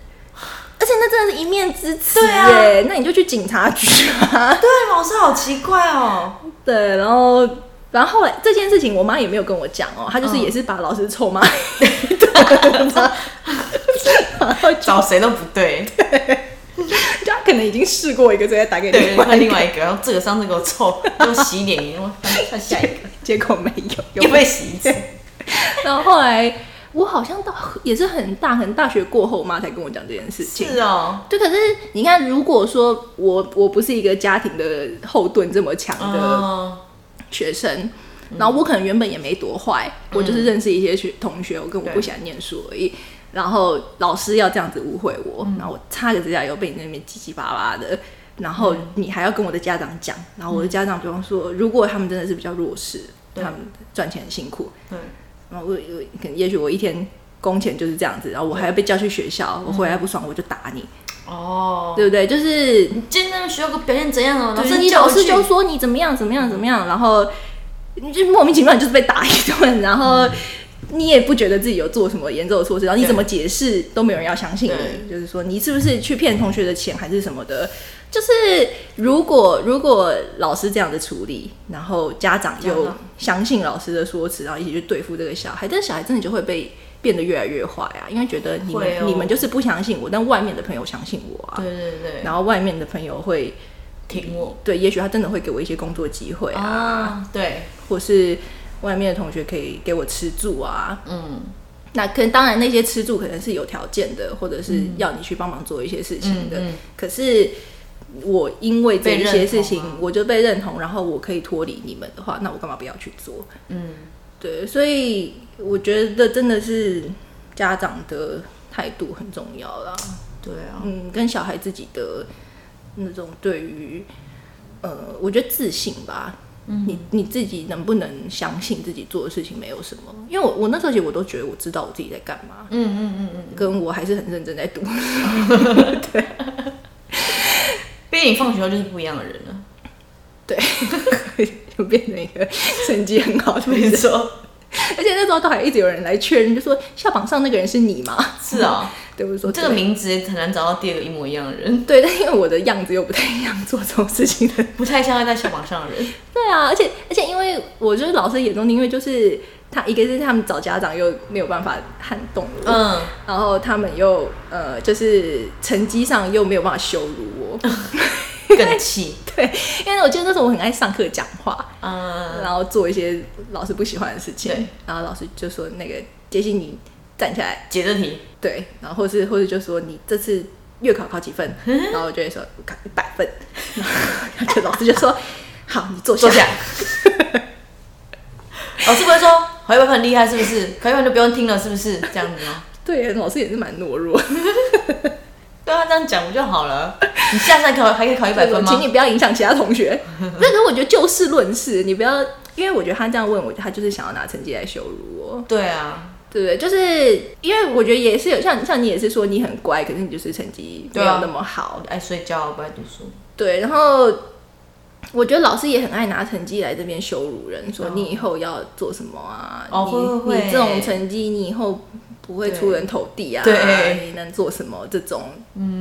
Speaker 1: 而且那真的是一面之词
Speaker 2: 对啊
Speaker 1: 耶，那你就去警察局啊。
Speaker 2: 对，老师好奇怪哦。
Speaker 1: 对，然后，然后后来这件事情，我妈也没有跟我讲哦，她就是
Speaker 2: 嗯
Speaker 1: 也是把老师臭 骂一顿然后就
Speaker 2: 找谁都不对，
Speaker 1: 就她可能已经试过一个，直接打给
Speaker 2: 对，
Speaker 1: 另外
Speaker 2: 换
Speaker 1: 一
Speaker 2: 另
Speaker 1: 个，
Speaker 2: 外一个，然后这个上次给我 臭，给我洗脸一样，我换换下一个，
Speaker 1: 结果没有，有
Speaker 2: 又被洗一次。
Speaker 1: 然后后来我好像到也是很大，很大学过后，我妈才跟我讲这件事情。
Speaker 2: 是 哦，
Speaker 1: 对，可是啊你看，如果说我我不是一个家庭的后盾这么强的
Speaker 2: 哦，
Speaker 1: 学生，然后我可能原本也没多坏，我就是认识一些学同学，我跟我不想念书而已。然后老师要这样子误会我，然后我擦个指甲油被你那边叽叽巴巴的，然后你还要跟我的家长讲，然后我的家长比方说，如果他们真的是比较弱势，他
Speaker 2: 对
Speaker 1: 们赚钱很辛苦，
Speaker 2: 对，
Speaker 1: 然后我我可能也许我一天工钱就是这样子，然后我还要被叫去学校，我回来不爽我就打你，
Speaker 2: 哦，
Speaker 1: 对不对？就是
Speaker 2: 今天学校表现怎样哦？老
Speaker 1: 老
Speaker 2: 师
Speaker 1: 师，你
Speaker 2: 叫
Speaker 1: 老
Speaker 2: 我
Speaker 1: 师
Speaker 2: 去
Speaker 1: 就说你怎么样怎么样怎么样，然后你就莫名其妙你就是被打一顿，然后你也不觉得自己有做什么严重的错事，然后你
Speaker 2: 嗯对
Speaker 1: 怎么解释都没有人要相信你，
Speaker 2: 对
Speaker 1: 就是说你是不是去骗同学的钱还是什么的。就是如果如果老师这样的处理，然后家长
Speaker 2: 家
Speaker 1: 又
Speaker 2: 长
Speaker 1: 相信老师的说辞，然后一起去对付这个小孩，但小孩真的就会被变得越来越坏啊，因为觉得你们、
Speaker 2: 会哦
Speaker 1: 你们就是不相信我，但外面的朋友相信我啊，
Speaker 2: 对对对，
Speaker 1: 然后外面的朋友会
Speaker 2: 挺我
Speaker 1: 对，也许他真的会给我一些工作机会啊，
Speaker 2: 啊，对，
Speaker 1: 或是外面的同学可以给我吃住啊。
Speaker 2: 嗯
Speaker 1: 那可能当然那些吃住可能是有条件的，或者是要你去帮忙做一些事情的。
Speaker 2: 嗯嗯
Speaker 1: 可是我因为这
Speaker 2: 被
Speaker 1: 一
Speaker 2: 认
Speaker 1: 些事
Speaker 2: 同
Speaker 1: 情
Speaker 2: 啊，
Speaker 1: 我就被认同，然后我可以脱离你们的话，那我干嘛不要去做？
Speaker 2: 嗯，
Speaker 1: 对，所以我觉得真的是家长的态度很重要啦。
Speaker 2: 对啊，
Speaker 1: 嗯，跟小孩自己的那种对于，呃，我觉得自信吧。嗯，你你自己能不能相信自己做的事情没有什么？因为我我那时候其实我都觉得我知道我自己在干嘛，
Speaker 2: 嗯嗯嗯嗯，
Speaker 1: 跟我还是很认真在读。
Speaker 2: 毕竟你放学后就是不一样的人了，
Speaker 1: 对，就变成一个成绩很好的
Speaker 2: 没
Speaker 1: 人，
Speaker 2: 错，
Speaker 1: 而且那时候都还一直有人来确认，就说校榜上那个人是你吗？
Speaker 2: 是 啊，
Speaker 1: 对，我就说
Speaker 2: 这个
Speaker 1: 对
Speaker 2: 名字很难找到第二个一模一样的人，
Speaker 1: 对，但因为我的样子又不太一样，做这种事情的
Speaker 2: 不太像会在校榜上的 人，
Speaker 1: 对啊，而且而且，因为我就是老师眼中钉，因为就是他一个是他们找家长又没有办法撼动我，
Speaker 2: 嗯，
Speaker 1: 然后他们又呃就是成绩上又没有办法羞 辱我，
Speaker 2: 更气，
Speaker 1: 对，因为我记得那时候我很爱上课讲话，
Speaker 2: 嗯，
Speaker 1: 然后做一些老师不喜欢的事情
Speaker 2: 对，
Speaker 1: 然后老师就说那个杰西你站起来，
Speaker 2: 解这题，
Speaker 1: 对，然后或是或是就说你这次月考考几 分，然后我就会说我考一百分， 然后就老师就说 好你坐下
Speaker 2: 坐，下。 老师不会说考一百分很厉害是不是？考一百分就不用听了是不是？这样子吗？
Speaker 1: 对，老师也是蛮懦弱。
Speaker 2: 对啊，这样讲不就好了？ 你下次还考还可以考一百分吗？
Speaker 1: 请你不要影响其他同学。 那可是我觉得就事论事，你不要，因为我觉得他这样问我，他就是想要拿成绩来羞辱我，
Speaker 2: 对啊，
Speaker 1: 对不对？就是因为我觉得也是有像像你也是说你很乖，可是你就是成绩没
Speaker 2: 对啊
Speaker 1: 有那么好，
Speaker 2: 爱睡觉，不爱读书。
Speaker 1: 对。然后我觉得老师也很爱拿成绩来这边羞辱人，说
Speaker 2: 哦
Speaker 1: 你以后要做什么啊？
Speaker 2: 哦
Speaker 1: 你
Speaker 2: 会会会
Speaker 1: 你这种成绩，你以后不会出人头地啊？
Speaker 2: 对
Speaker 1: 你能做什么？这种、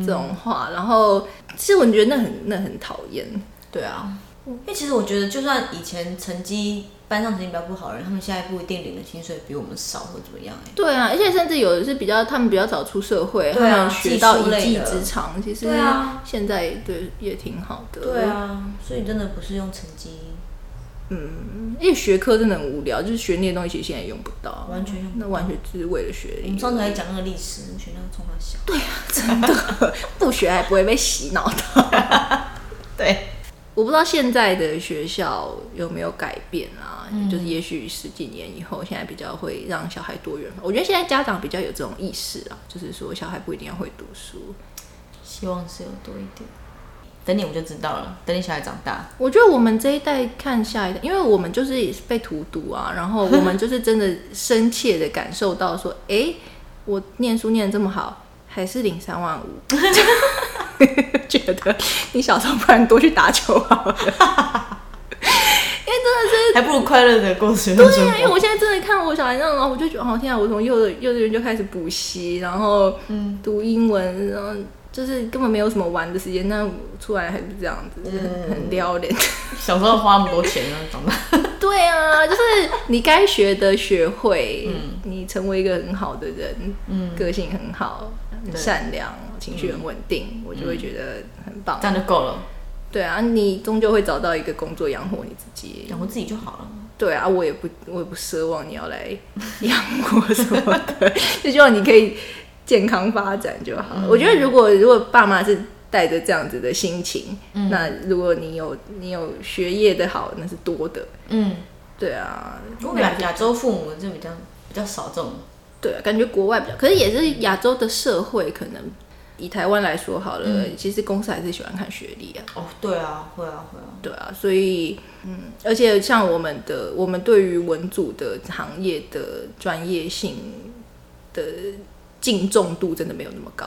Speaker 1: 这种话，然后其实我觉得那很那很讨厌。
Speaker 2: 对啊，因为其实我觉得，就算以前成绩班上成绩比较不好的人，他们现在不一定领的薪水比我们少或怎么样哎、
Speaker 1: 对啊，而且甚至有的是比较，他们比较早出社会，
Speaker 2: 对啊
Speaker 1: 他们学到
Speaker 2: 技术
Speaker 1: 一
Speaker 2: 类
Speaker 1: 技
Speaker 2: 的
Speaker 1: 之长，其实
Speaker 2: 对啊
Speaker 1: 现在对也挺好的。，
Speaker 2: 啊，所以真的不是用成绩，
Speaker 1: 因为学科真的很无聊，就是学那些东西，其实现在也用不到，
Speaker 2: 完全用不
Speaker 1: 那完全就是为了学
Speaker 2: 我
Speaker 1: 历
Speaker 2: 们，上次还讲那个历史，你学那个冲他笑。对
Speaker 1: 真的不学还不会被洗脑的。
Speaker 2: 对，
Speaker 1: 我不知道现在的学校有没有改变啊，
Speaker 2: 嗯
Speaker 1: 就是也许十几年以后，现在比较会让小孩多元化。我觉得现在家长比较有这种意识啊，就是说小孩不一定要会读书。
Speaker 2: 希望是有多一点。等你我就知道了，等你小孩长大，
Speaker 1: 我觉得我们这一代看下一代，因为我们就是也是被荼毒啊，然后我们就是真的深切的感受到说，诶，我念书念得这么好，还是领三万五，觉得你小时候不然多去打球好了，因为真的是
Speaker 2: 还不如快乐的过学生
Speaker 1: 对呀、因为
Speaker 2: 活。
Speaker 1: 我现在真的看我小孩那种，然后我就觉得，哦天啊，我从幼儿幼稚园就开始补习，然后读英文，然后就是根本没有什么玩的时间，那出来还是这样子，就是很很撩脸。
Speaker 2: 小时候花那么多钱，然后 长大，
Speaker 1: 对啊，就是你该学的学会，你成为一个很好的人，个性很好，很
Speaker 2: 对
Speaker 1: 善良，情绪很稳定，我就会觉得很棒
Speaker 2: 这。样就够了，
Speaker 1: 对啊，你终究会找到一个工作养活你自己，
Speaker 2: 养活自己就好了。
Speaker 1: 对啊，我也不，我也不奢望你要来养我什么的， 就希望你可以健康发展就好。我觉得如果如果爸妈是带着这样子的心情，那如果你有你有学业的好，那是多的。
Speaker 2: 嗯，
Speaker 1: 对啊，
Speaker 2: 我感觉亚洲父母就比较比较少这种，
Speaker 1: 对啊，感觉国外比较，可是也是亚洲的社会可能。以台湾来说好了，其实公司还是喜欢看学历啊，
Speaker 2: 哦，对啊，会啊，会啊，
Speaker 1: 对啊，所以嗯，而且像我们的，我们对于文组的行业的专业性的敬重度真的没有那么高，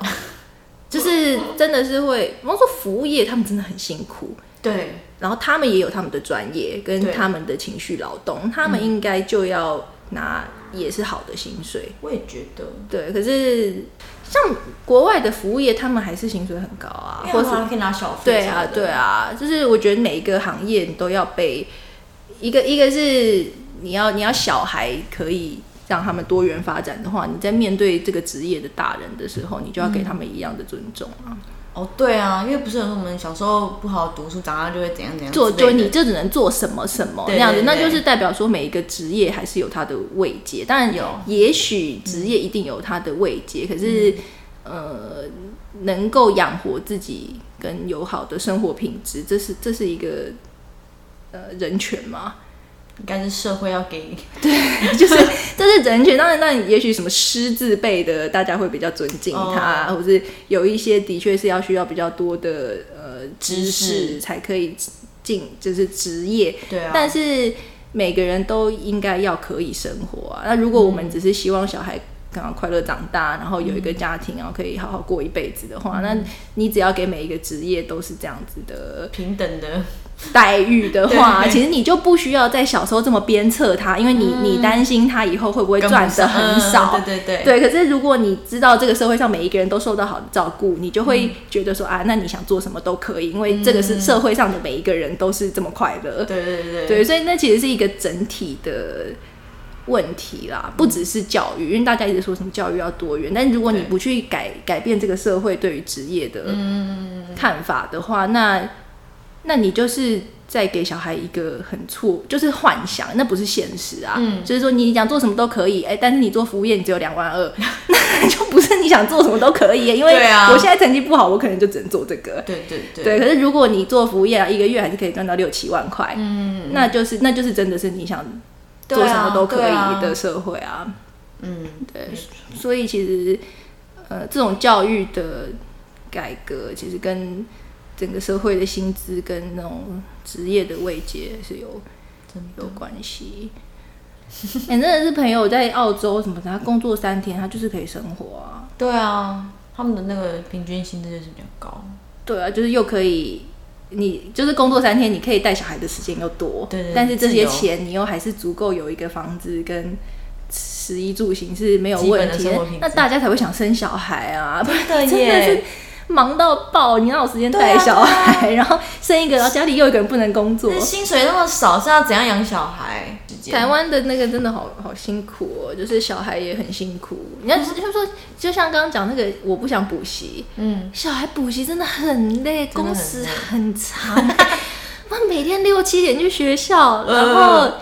Speaker 1: 就是真的是会，比方说服务业，他们真的很辛苦，
Speaker 2: 对，
Speaker 1: 然后他们也有他们的专业跟
Speaker 2: 对
Speaker 1: 他们的情绪劳动，他们应该就要拿也是好的薪水，
Speaker 2: 我也觉得，
Speaker 1: 对，可是像国外的服务业，他们还是薪水很高啊，
Speaker 2: 因
Speaker 1: 或
Speaker 2: 为
Speaker 1: 是
Speaker 2: 他可以拿小费，
Speaker 1: 对啊，对，啊，就是我觉得每一个行业你都要被一个一个是你要你要小孩可以让他们多元发展的话，你在面对这个职业的大人的时候，你就要
Speaker 2: 嗯
Speaker 1: 给他们一样的尊重啊。
Speaker 2: 哦，对啊，因为不是有说我们小时候不好好读书，长大就会怎样怎样之类
Speaker 1: 做
Speaker 2: 的，
Speaker 1: 就你就只能做什么什么那
Speaker 2: 对
Speaker 1: 样子，
Speaker 2: 对
Speaker 1: 那
Speaker 2: 对
Speaker 1: 就是代表说每一个职业还是有它的位阶，当然
Speaker 2: 有
Speaker 1: 也许职业一定有它的位阶，可是、
Speaker 2: 嗯
Speaker 1: 呃，能够养活自己跟有好的生活品质，这是这是一个呃人权嘛，
Speaker 2: 应该是社会要 给
Speaker 1: 就是这是人权，当然，那也许什么狮字辈的，大家会比较尊敬
Speaker 2: 哦
Speaker 1: 他，或是有一些的确是要需要比较多的呃知
Speaker 2: 知
Speaker 1: 识
Speaker 2: 识
Speaker 1: 才可以进，就是职业。
Speaker 2: 对啊，
Speaker 1: 但是每个人都应该要可以生活啊。那如果我们只是希望小孩刚刚快乐长大，然后有一个家庭，然后可以好好过一辈子的
Speaker 2: 嗯
Speaker 1: 话，那你只要给每一个职业都是这样子的
Speaker 2: 平等的，
Speaker 1: 待遇的话，
Speaker 2: 对嗯
Speaker 1: 其实你就不需要在小时候这么鞭策他，因为你、你担心他以后会不会赚的很少。
Speaker 2: 嗯对对对，
Speaker 1: 对，可是如果你知道这个社会上每一个人都受到好的照顾，你就会觉得说、啊，那你想做什么都可以，因为这个
Speaker 2: 嗯
Speaker 1: 是社会上的每一个人都是这么快乐。
Speaker 2: 对对对
Speaker 1: 对，所以那其实是一个整体的问题啦，不只是教育，因为大家一直说什么教育要多元，但如果你
Speaker 2: 对嗯
Speaker 1: 不去改改变这个社会对于职业的看法的话，那那你就是。在给小孩一个很错，就是幻想，那不是现实啊。
Speaker 2: 嗯
Speaker 1: 就是说你想做什么都可以，哎、但是你做服务业你只有两万二， 那就不是你想做什么都可以，因为
Speaker 2: 对啊
Speaker 1: 我现在成绩不好，我可能就只能做这个。
Speaker 2: 对对对
Speaker 1: 对，可是如果你做服务业啊，一个月还是可以赚到六七万块，嗯，那就是那就是真的是你想
Speaker 2: 对啊
Speaker 1: 做什么都可
Speaker 2: 对啊
Speaker 1: 以的社会啊，
Speaker 2: 嗯，
Speaker 1: 对，啊所以其实呃，这种教育的改革其实跟整个社会的薪资跟那种职业的慰藉是有
Speaker 2: 真
Speaker 1: 有关 系。哎、真的是朋友在澳洲什么的，他工作三天，他就是可以生活啊，
Speaker 2: 对啊，他们的那个平均薪资就是比较高，
Speaker 1: 对啊，就是又可以，你就是工作三天，你可以带小孩的时间又多，
Speaker 2: 对对
Speaker 1: 但是这
Speaker 2: 自
Speaker 1: 些
Speaker 2: 由
Speaker 1: 钱你又还是足够有一个房子跟食衣住行是没有
Speaker 2: 基本
Speaker 1: 问
Speaker 2: 的
Speaker 1: 题
Speaker 2: 生
Speaker 1: 的
Speaker 2: 活品质，
Speaker 1: 那大家才会想生小孩啊， 不然
Speaker 2: 真的
Speaker 1: 真的是
Speaker 2: 耶。
Speaker 1: 忙到爆，你哪有时间带
Speaker 2: 对啊
Speaker 1: 小孩？然后生一个，然后家里又有一个人不能工作
Speaker 2: 那，薪水那么少，是要怎样养小孩？时间
Speaker 1: 台湾的那个真的好好辛苦哦，就是小孩也很辛苦。你看，就是说，就像刚刚讲那个，我不想补习，
Speaker 2: 嗯，
Speaker 1: 小孩补习真的很累，
Speaker 2: 的很
Speaker 1: 工时很长、我每天六七点去学校，然后
Speaker 2: 嗯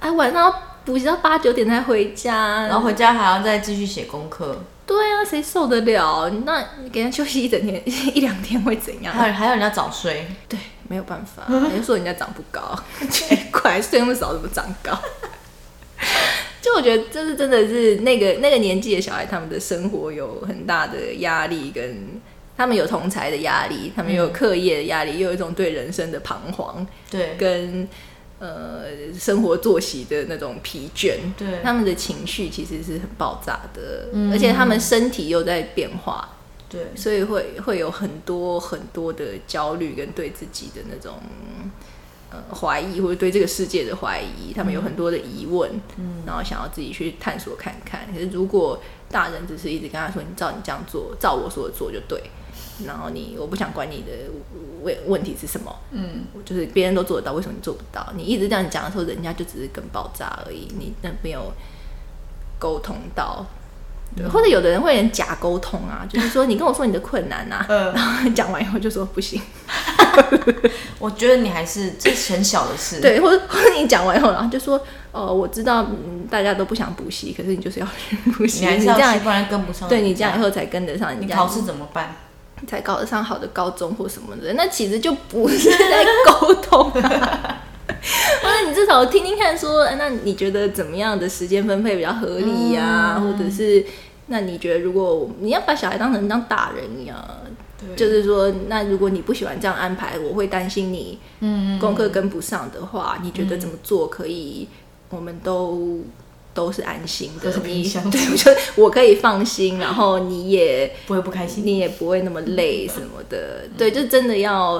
Speaker 1: 哎晚上要补习到八九点才回家，
Speaker 2: 然后回家还要再继续写功课，
Speaker 1: 对啊，谁受得了？那你给他休息一整天、 一两天会怎样？
Speaker 2: 还有还有人家早睡，
Speaker 1: 对，没有办法，就说人家长不高， 奇怪，睡那么少怎么长高？就我觉得，就是真的是那个那个年纪的小孩，他们的生活有很大的压力，跟他们有同才的压力，他们有课业的压力，又有一种对人生的彷徨，
Speaker 2: 对
Speaker 1: 跟呃生活作息的那种疲倦。
Speaker 2: 对
Speaker 1: 他们的情绪其实是很爆炸的，而且他们身体又在变化，
Speaker 2: 对，
Speaker 1: 所以会会有很多很多的焦虑跟对自己的那种呃怀疑，或者对这个世界的怀疑，他们有很多的疑问，嗯，然后想要自己去探索看看。可是如果大人只是一直跟他说：“你照你这样做，照我说的做就对。”然后你，我不想管你的问问题是什么，
Speaker 2: 嗯，
Speaker 1: 就是别人都做得到，为什么你做不到？你一直这样讲的时候，人家就只是更爆炸而已，你那没有沟通到。对，
Speaker 2: 嗯
Speaker 1: 或者有的人会很假沟通啊，就是说你跟我说你的困难啊，
Speaker 2: 嗯
Speaker 1: 然后讲完以后就说不行，
Speaker 2: 我觉得你还是这是很小的事，，
Speaker 1: 对，或者 或者你讲完以后，然后就说哦，我知道、嗯、大家都不想补习，可是你就是要去补习，
Speaker 2: 你还
Speaker 1: 你
Speaker 2: 是
Speaker 1: 这
Speaker 2: 要
Speaker 1: 样
Speaker 2: 去，不然跟不上人家。
Speaker 1: 对你这样以后才跟得上人
Speaker 2: 你
Speaker 1: 家，
Speaker 2: 考试怎么办？
Speaker 1: 才考得上好的高中或什么的，那其实就不是在沟通、啊。 或者你至少听听看说，哎那你觉得怎么样的时间分配比较合理呀、或者是，那你觉得如果我你要把小孩当成当大人一样，
Speaker 2: 对
Speaker 1: 就是说，那如果你不喜欢这样安排，我会担心你
Speaker 2: 嗯
Speaker 1: 功课跟不上的话，你觉得怎么做可以？我们都都是安心的，
Speaker 2: 和平
Speaker 1: 你
Speaker 2: 相处
Speaker 1: 对，我觉得我可以放心，然后你也。
Speaker 2: 不会不开心。
Speaker 1: 你也不会那么累什么的。对，就真的要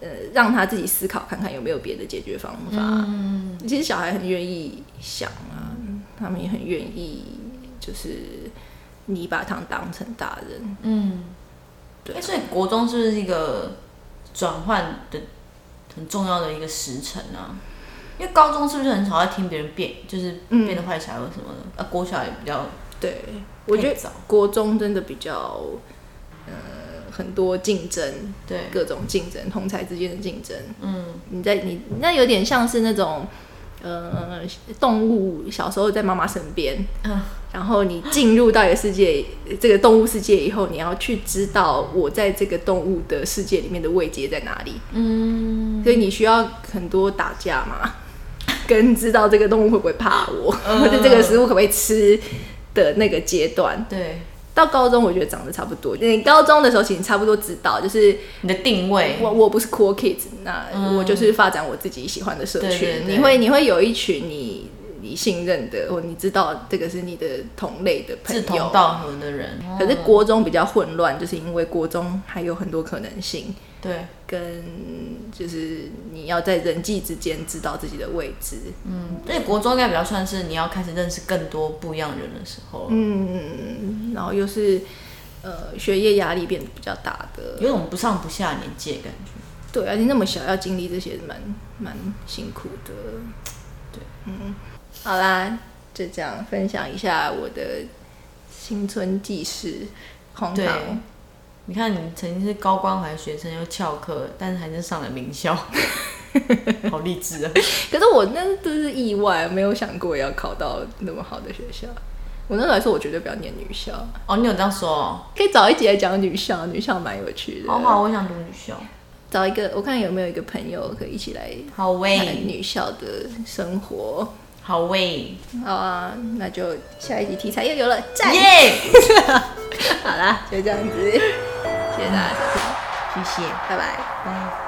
Speaker 1: 呃让他自己思考看看有没有别的解决方法。
Speaker 2: 嗯，
Speaker 1: 其实小孩很愿意想啊，他们也很愿意，就是你把他当成大人。
Speaker 2: 嗯，
Speaker 1: 对
Speaker 2: 哎，所以国中是不是一个转换的很重要的一个时辰啊？因为高中是不是很少在听别人变，就是
Speaker 1: 嗯
Speaker 2: 变得坏小孩或什么的？啊，国小也比较
Speaker 1: 对，我觉
Speaker 2: 太
Speaker 1: 得
Speaker 2: 早
Speaker 1: 国中真的比较呃很多竞争，
Speaker 2: 对，
Speaker 1: 各种竞争，同才之间的竞争。
Speaker 2: 嗯，
Speaker 1: 你在你那有点像是那种呃动物小时候在妈妈身边，
Speaker 2: 嗯
Speaker 1: 然后你进入到一个世界，这个动物世界以后，你要去知道我在这个动物的世界里面的位阶在哪里，
Speaker 2: 嗯，
Speaker 1: 所以你需要很多打架嘛， 跟知道这个动物会不会怕我，
Speaker 2: 嗯
Speaker 1: 或者这个食物可不可以吃的那个阶段。
Speaker 2: 对，
Speaker 1: 到高中我觉得长得差不多，你高中的时候其实差不多知道，就是
Speaker 2: 你的定位，
Speaker 1: 我我不是 cool kids，那
Speaker 2: 嗯
Speaker 1: 我就是发展我自己喜欢的社群。
Speaker 2: 对对对
Speaker 1: 你会你会有一群你你信任的，或你知道这个是你的同类的朋
Speaker 2: 志同
Speaker 1: 友。
Speaker 2: 道合的人，
Speaker 1: 可是国中比较混乱，就是因为国中还有很多可能性，
Speaker 2: 对，
Speaker 1: 跟就是你要在人际之间知道自己的位置。
Speaker 2: 嗯，而且国中应该比较算是你要开始认识更多不一样人的时候了，
Speaker 1: 嗯，然后又是呃学业压力变得比较大的，
Speaker 2: 有种不上不下的年纪的感觉。
Speaker 1: 对啊，你那么小要经历这些，蛮蛮辛苦的。
Speaker 2: 对，
Speaker 1: 嗯，好啦，就这样分享一下我的青春记事荒
Speaker 2: 对
Speaker 1: 唐。
Speaker 2: 你看，你曾经是高关怀学生，又翘课，但是还是上了名校，好励志啊！
Speaker 1: 可是我那真是意外，没有想过要考到那么好的学校。我那时候还说，我绝对不要念女校，
Speaker 2: 哦，你有这样说哦？
Speaker 1: 可以找一集来讲女校，女校蛮有趣的。
Speaker 2: 好好，我想读女校。
Speaker 1: 找一个，我看有没有一个朋友可以一起来
Speaker 2: 好
Speaker 1: 谈
Speaker 2: 喂，
Speaker 1: 女校的生活。
Speaker 2: 好喂，
Speaker 1: 好啊，那就下一集题材又有了，赞！
Speaker 2: 耶！
Speaker 1: 好啦，就这样子，谢谢大家收听，
Speaker 2: 谢谢，
Speaker 1: 拜拜。
Speaker 2: 拜。